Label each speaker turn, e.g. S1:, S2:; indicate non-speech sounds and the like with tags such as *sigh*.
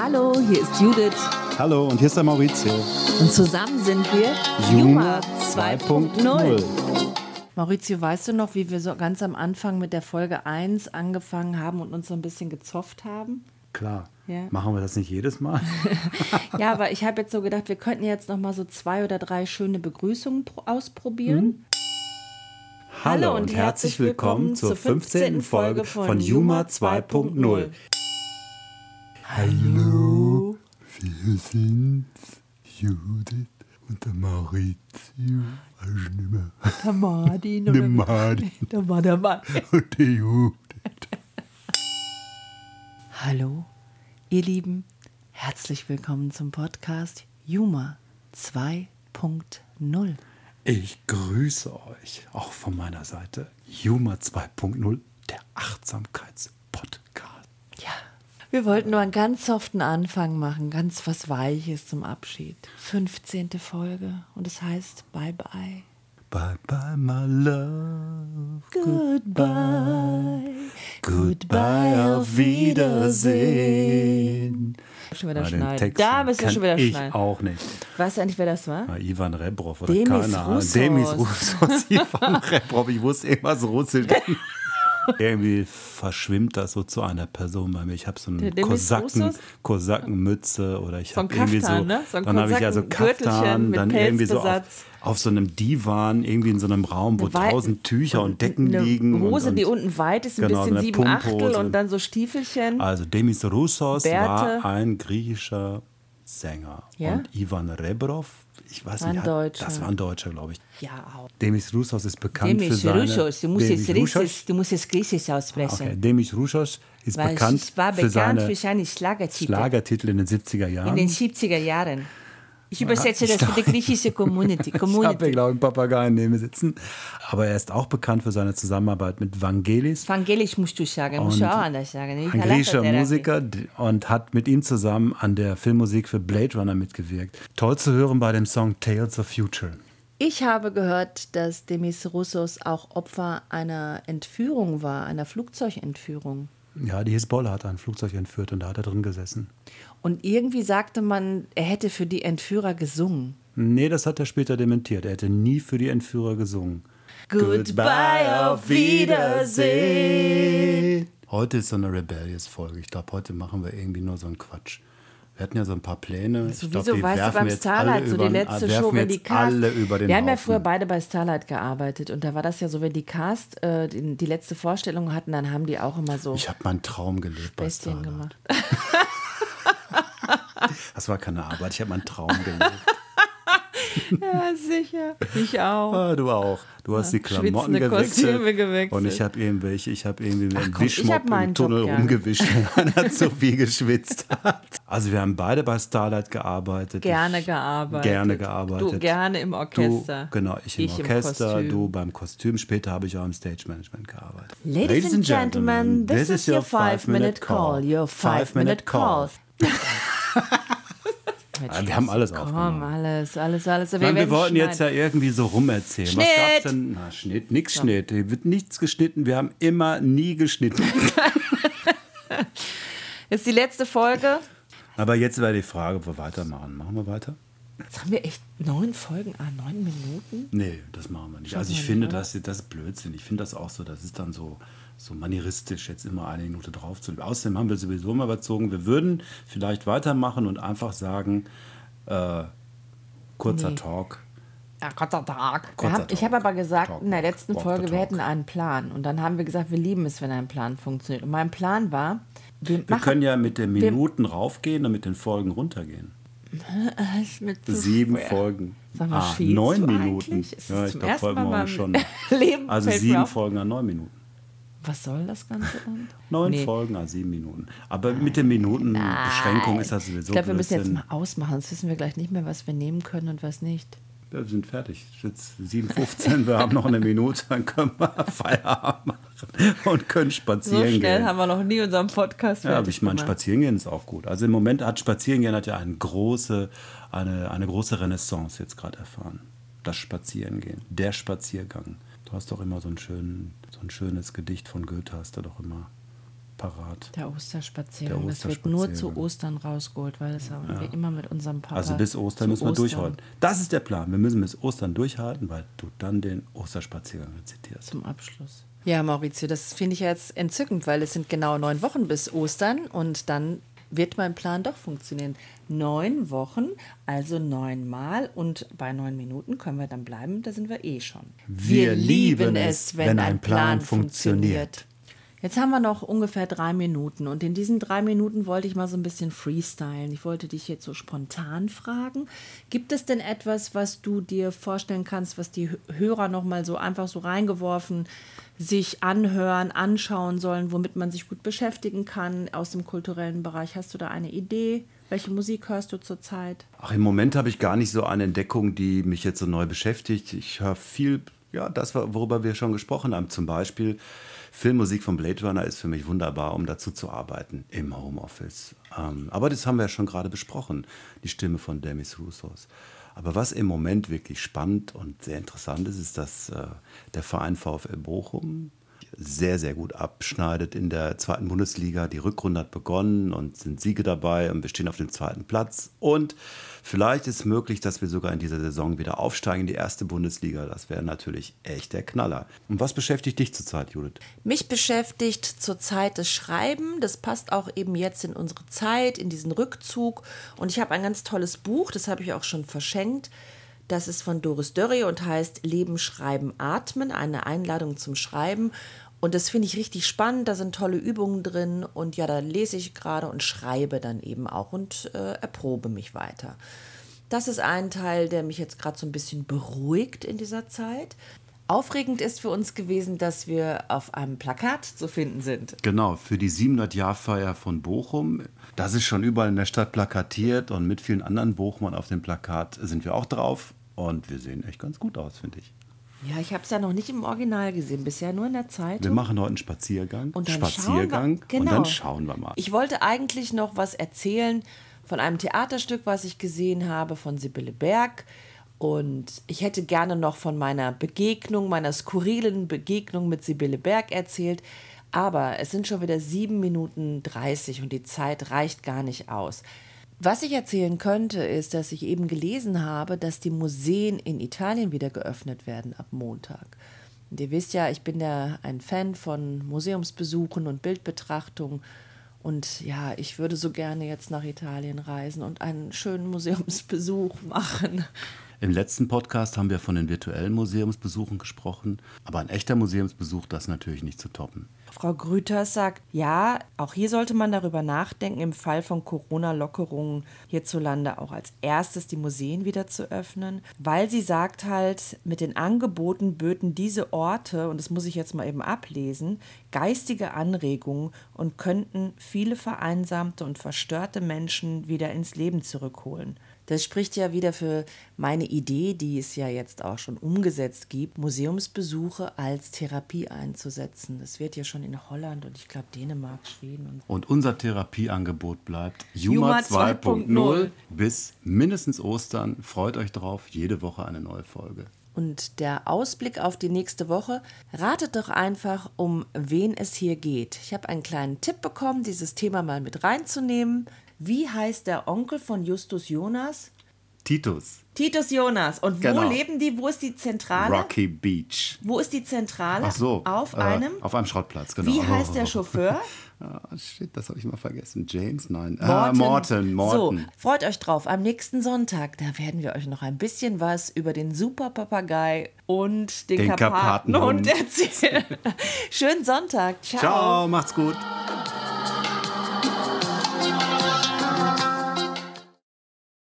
S1: Hallo, hier ist Judith.
S2: Hallo, und hier ist der Maurizio.
S1: Und zusammen sind wir
S2: Juma 2.0.
S3: Maurizio, weißt du noch, wie wir so ganz am Anfang mit der Folge 1 angefangen haben und uns so ein bisschen gezofft
S4: *laughs*
S3: haben?
S2: Klar.
S3: Ja.
S2: Machen wir das nicht jedes *laughs* Mal?
S3: Ja, aber ich habe jetzt so gedacht, wir könnten jetzt noch mal so zwei oder drei schöne Begrüßungen pro ausprobieren.
S2: Hallo und herzlich willkommen zur 15. Folge von Juma 2.0.
S4: Wir sind Judith und der Maurizio. Weiß ich nicht mehr. *laughs*
S3: Der Martin
S4: Hm? Der Martin
S3: *laughs* der war der Mann.
S4: und der Judith.
S3: Hallo, ihr Lieben, herzlich willkommen zum Podcast Juma 2.0.
S2: Ich grüße euch, auch von meiner Seite. Juma 2.0, der Achtsamkeitspodcast.
S3: Ja. Wir wollten nur einen ganz soften Anfang machen, ganz was Weiches zum Abschied. 15. Folge und es heißt Bye Bye.
S4: Bye bye, my love.
S3: Goodbye.
S2: Goodbye, auf Wiedersehen.
S3: Schon wieder
S2: Bei den
S3: schneiden.
S2: Texten
S3: Da müssen wir
S2: kann
S3: schon wieder
S2: ich
S3: schneiden.
S2: auch nicht.
S3: Weißt du eigentlich, wer das war?
S2: Bei Ah, Ivan Rebrov oder
S3: Demis
S2: keine Ahnung.
S3: Roussos.
S2: Demis Roussos, *laughs* Ivan Rebrov. Ich wusste immer,
S3: *laughs*
S2: es russelt. Irgendwie verschwimmt das so zu einer Person bei mir. Ich habe so eine
S3: Der Demis
S2: Kosaken,
S3: Roussos?
S2: Kosakenmütze oder ich
S3: So ein
S2: habe irgendwie so.
S3: Kaftan, ne? So ein
S2: dann habe ich ja so
S3: Kosakengürtelchen
S2: Kaftan,
S3: mit
S2: dann irgendwie so auf,
S3: Pelzbesatz.
S2: auf so einem Divan, irgendwie in so einem Raum, wo
S3: Eine wei-
S2: tausend Tücher und Decken
S3: eine
S2: liegen.
S3: Hose,
S2: und, und,
S3: die unten weit ist, ein
S2: Genau, so
S3: bisschen
S2: eine
S3: sieben Achtel
S2: Pumphose.
S3: und dann so Stiefelchen.
S2: Also Demis Roussos
S3: Bärte.
S2: war ein griechischer Sänger.
S3: Ja?
S2: Und Ivan Rebrov, ich weiß
S3: War
S2: nicht,
S3: ein
S2: hat-
S3: Deutscher.
S2: das war ein Deutscher, glaube ich.
S3: Ja, auch.
S2: Demis Roussos ist bekannt für
S3: Demis
S2: seine...
S3: Roussos, du musst
S2: Demis
S3: jetzt
S2: Roussos?
S3: richtig, du musst jetzt Griechisch aussprechen.
S2: Okay, Demis Roussos ist
S3: Weil
S2: bekannt
S3: ich war
S2: für
S3: bekannt
S2: seine
S3: für seine Schlagertitel
S2: Schlagertitel in den 70er
S3: in
S2: Jahren. *laughs*
S3: den 70er Jahren. Ich übersetze
S2: ich
S3: das für die
S2: glaub-
S3: griechische
S2: *laughs*
S3: Community.
S2: ich habe hier,
S3: Community.
S2: glaube ich, einen Papagei neben mir sitzen. Aber er ist auch bekannt für seine Zusammenarbeit mit Vangelis,
S3: Evangelisch musst du sagen, musst
S2: Und
S3: du auch anders sagen. ne?
S2: ein griechischer
S3: Kalatatherapie.
S2: Musiker d- und hat mit ihm zusammen an der Filmmusik für Blade Runner mitgewirkt. Toll zu hören bei dem Song Tales of Future.
S3: Ich habe gehört, dass Demis Roussos auch Opfer einer Entführung war, einer Flugzeugentführung.
S2: Ja, die Hisbollah hat ein Flugzeug entführt und da hat er drin gesessen.
S3: Und irgendwie sagte man, er hätte für die Entführer gesungen.
S2: Nee, das hat er später dementiert. Er hätte nie für die Entführer gesungen.
S3: Goodbye, auf Wiedersehen.
S2: Heute ist so eine Rebellious-Folge. Ich glaube, heute machen wir irgendwie nur so einen Quatsch. Wir hatten ja so ein paar Pläne. Ich glaub,
S3: Sowieso,
S2: die
S3: Also weißt du,
S2: werfen
S3: beim
S2: jetzt
S3: Starlight,
S2: alle
S3: so
S2: über
S3: die
S2: den- äh,
S3: letzte
S2: werfen
S3: Show, wenn
S2: jetzt
S3: die Cast.
S2: alle über den
S3: wir haben ja
S2: Haufen.
S3: früher beide bei Starlight gearbeitet und da war das ja so, wenn die Cast äh, die, die letzte Vorstellung hatten, dann haben die auch immer so
S2: Ich habe meinen Traum gelebt bei
S3: Bestien
S2: Starlight.
S3: gemacht.
S2: *laughs* Das war keine Arbeit. Ich habe meinen Traum gelebt.
S3: Ja, sicher. Ich auch.
S2: Ah, du auch. Du hast die Klamotten
S3: schwitzende
S2: gewechselt,
S3: Kostüme gewechselt.
S2: Und ich habe irgendwelche, ich habe irgendwie mit einem
S3: komm, ich hab
S2: Wischmopp im
S3: meinen Job
S2: Tunnel
S3: gerne.
S2: rumgewischt, weil einer *laughs* zu viel geschwitzt hat. Also wir haben beide bei Starlight gearbeitet.
S3: Gerne
S2: Ich-
S3: gearbeitet.
S2: Gerne gearbeitet.
S3: Du gerne im Orchester.
S2: Du, genau, ich im
S3: Ich im
S2: Orchester,
S3: Kostüm.
S2: du beim Kostüm. Später habe ich auch im Stage Management gearbeitet.
S3: Ladies, and gentlemen, this, is your five-minute call. Your five-minute call.
S2: Ja, Ah, wir haben alles
S3: Komm,
S2: aufgenommen.
S3: alles, alles, alles.
S2: Nein, wir
S3: werden
S2: wollten jetzt ja
S3: schneiden.
S2: irgendwie so rumerzählen.
S3: Schnitt!
S2: Was gab's denn? Na, Schnitt, nix Schnitt. Hier wird nichts geschnitten. Wir haben immer nie geschnitten.
S3: Ist die letzte Folge.
S2: Aber jetzt wäre die Frage, ob wir weitermachen. Machen wir weiter?
S3: Jetzt haben wir echt neun Folgen, ah, neun Minuten.
S2: Nee, das machen wir nicht. Also ich finde, das, das ist Blödsinn. Ich finde das auch so, das ist dann so, so manieristisch, jetzt immer eine Minute drauf zu. Außerdem haben wir sowieso mal überzogen. Wir würden vielleicht weitermachen und einfach sagen, äh, kurzer
S3: Nee.
S2: Talk.
S3: Ja, Gott sei Dank. Wir
S2: Kurzer
S3: haben, ich habe
S2: Talk.
S3: aber gesagt,
S2: Talk,
S3: in der
S2: Walk,
S3: letzten
S2: walk the
S3: Folge, wir
S2: talk.
S3: hätten einen Plan. Und dann haben wir gesagt, wir lieben es, wenn ein Plan funktioniert. Und mein Plan war, wir,
S2: Wir
S3: machen
S2: können ja mit den Minuten raufgehen und mit den Folgen runtergehen.
S3: es mit zu
S2: Sieben
S3: schwer.
S2: Folgen.
S3: Sag mal,
S2: ah,
S3: schielst
S2: neun
S3: du
S2: Minuten.
S3: eigentlich? Ist
S2: Ja,
S3: das
S2: ich
S3: zum
S2: glaube,
S3: ersten
S2: Folgen
S3: Mal in
S2: machen wir
S3: meinem
S2: schon.
S3: *laughs* Leben
S2: Also
S3: fällt mir
S2: sieben
S3: auf.
S2: Folgen an neun Minuten.
S3: Was soll das Ganze dann?
S2: Neun
S3: Nee.
S2: Folgen an sieben Minuten. Aber mit der Minutenbeschränkung ist das sowieso
S3: Ich glaube, wir müssen jetzt
S2: Blödsinn.
S3: mal ausmachen, sonst wissen wir gleich nicht mehr, was wir nehmen können und was nicht.
S2: Wir sind fertig. Es ist Jetzt 7.15 wir haben noch eine Minute, dann können wir *laughs* Feierabend machen und können spazieren gehen.
S3: wir noch nie unseren Podcast
S2: ja, aber ich meine, Spazierengehen ist auch gut. Also im Moment hat Spazierengehen hat ja eine große, eine, eine große Renaissance jetzt gerade erfahren. Das Spazierengehen, der Spaziergang. Du hast doch immer so, einen schönen, so ein schönes Gedicht von Goethe, hast du doch immer. parat.
S5: Der Osterspaziergang.
S2: Der
S5: das wird nur zu
S2: Osterspaziergang.
S5: Ostern rausgeholt, weil das haben wir immer mit unserem Papa.
S2: Also bis Ostern
S5: zu
S2: müssen wir
S5: Ostern.
S2: durchhalten. Das ist der Plan. Wir müssen bis Ostern durchhalten, weil du dann den Osterspaziergang rezitierst.
S5: Zum Abschluss.
S3: Ja, Maurizio, das finde ich ja jetzt entzückend, weil es sind genau neun Wochen bis Ostern und dann wird mein Plan doch funktionieren.
S5: Neun Wochen, also neunmal und bei neun Minuten können wir dann bleiben, da sind wir eh schon.
S2: Wir lieben es, wenn ein Plan funktioniert.
S5: Jetzt haben wir noch ungefähr drei Minuten und in diesen drei Minuten wollte ich mal so ein bisschen freestylen. Ich wollte dich jetzt so spontan fragen. Gibt es denn etwas, was du dir vorstellen kannst, was die H- Hörer nochmal so einfach so reingeworfen sich anhören, anschauen sollen, womit man sich gut beschäftigen kann aus dem kulturellen Bereich? Hast du da eine Idee? Welche Musik hörst du zurzeit?
S2: Ach, im Moment habe ich gar nicht so eine Entdeckung, die mich jetzt so neu beschäftigt. Ich höre viel, ja, das, worüber wir schon gesprochen haben. Zum Beispiel Filmmusik von Blade Runner ist für mich wunderbar, um dazu zu arbeiten im Homeoffice. Ähm, aber das haben wir ja schon gerade besprochen, die Stimme von Demis Roussos. Aber was im Moment wirklich spannend und sehr interessant ist, ist, dass äh, der Verein VfL Bochum sehr, sehr gut abschneidet in der zweiten Bundesliga. Die Rückrunde hat begonnen und sind Siege dabei und wir stehen auf dem zweiten Platz. Und vielleicht ist möglich, dass wir sogar in dieser Saison wieder aufsteigen in die erste Bundesliga. Das wäre natürlich echt der Knaller. Und was beschäftigt dich zurzeit, Judith?
S3: Mich beschäftigt zurzeit das Schreiben. Das passt auch eben jetzt in unsere Zeit, in diesen Rückzug. Und ich habe ein ganz tolles Buch, das habe ich auch schon verschenkt. Das ist von Doris Dörre und heißt Leben, Schreiben, Atmen, eine Einladung zum Schreiben. Und das finde ich richtig spannend. Da sind tolle Übungen drin. Und ja, da lese ich gerade und schreibe dann eben auch und äh, erprobe mich weiter. Das ist ein Teil, der mich jetzt gerade so ein bisschen beruhigt in dieser Zeit. Aufregend ist für uns gewesen, dass wir auf einem Plakat zu finden sind.
S2: Genau, für die 700-Jahr-Feier von Bochum. Das ist schon überall in der Stadt plakatiert und mit vielen anderen Bochumern auf dem Plakat sind wir auch drauf. Und wir sehen echt ganz gut aus, finde ich.
S5: Ja, ich habe es ja noch nicht im Original gesehen, bisher nur in der Zeit.
S2: Wir machen heute einen Spaziergang.
S5: Und dann schauen wir-
S2: Spaziergang. Und
S5: genau.
S2: dann schauen wir mal.
S3: Ich wollte eigentlich noch was erzählen von einem Theaterstück, was ich gesehen habe von Sibylle Berg. Und ich hätte gerne noch von meiner Begegnung, meiner skurrilen Begegnung mit Sibylle Berg erzählt. Aber es sind schon wieder 7 Minuten 30 und die Zeit reicht gar nicht aus. Was ich erzählen könnte, ist, dass ich eben gelesen habe, dass die Museen in Italien wieder geöffnet werden ab Montag. Und ihr wisst ja, ich bin ja ein Fan von Museumsbesuchen und Bildbetrachtung. Und ja, ich würde so gerne jetzt nach Italien reisen und einen schönen *laughs* Museumsbesuch machen.
S2: Im letzten Podcast haben wir von den virtuellen Museumsbesuchen gesprochen, aber ein echter Museumsbesuch, das ist natürlich nicht zu toppen.
S5: Frau Grüters sagt, ja, auch hier sollte man darüber nachdenken, im Fall von Corona-Lockerungen hierzulande auch als erstes die Museen wieder zu öffnen, weil sie sagt halt, mit den Angeboten böten diese Orte, und das muss ich jetzt mal eben ablesen, geistige Anregungen und könnten viele vereinsamte und verstörte Menschen wieder ins Leben zurückholen.
S3: Das spricht ja wieder für meine Idee, die es ja jetzt auch schon umgesetzt gibt, Museumsbesuche als Therapie einzusetzen. Das wird ja schon in Holland und ich glaube Dänemark, Schweden und
S2: Und unser Therapieangebot bleibt Juma,
S5: Juma
S2: 2.0 bis mindestens Ostern. Freut euch drauf, jede Woche eine neue Folge.
S3: Und der Ausblick auf die nächste Woche, ratet doch einfach, um wen es hier geht. Ich habe einen kleinen Tipp bekommen, dieses Thema mal mit reinzunehmen. Wie heißt der Onkel von Justus Jonas?
S2: Titus,
S5: Titus Jonas, und wo
S2: Genau.
S5: leben die? Wo ist die Zentrale?
S2: Rocky Beach.
S5: Wo ist die Zentrale?
S2: Ach so,
S5: Auf
S2: äh,
S5: einem.
S2: auf einem Schrottplatz, genau.
S5: Wie heißt
S2: *laughs*
S5: der Chauffeur?
S2: Ah, shit, das habe ich mal vergessen. James, nein. Ah,
S3: Morten.
S2: Morten, Morten.
S3: So, freut euch drauf. Am nächsten Sonntag, da werden wir euch noch ein bisschen was über den Superpapagei und den,
S2: Den
S3: Karpatenhund
S2: Karpatenhund.
S3: erzählen. *laughs* Schönen Sonntag. Ciao.
S2: Ciao, macht's gut.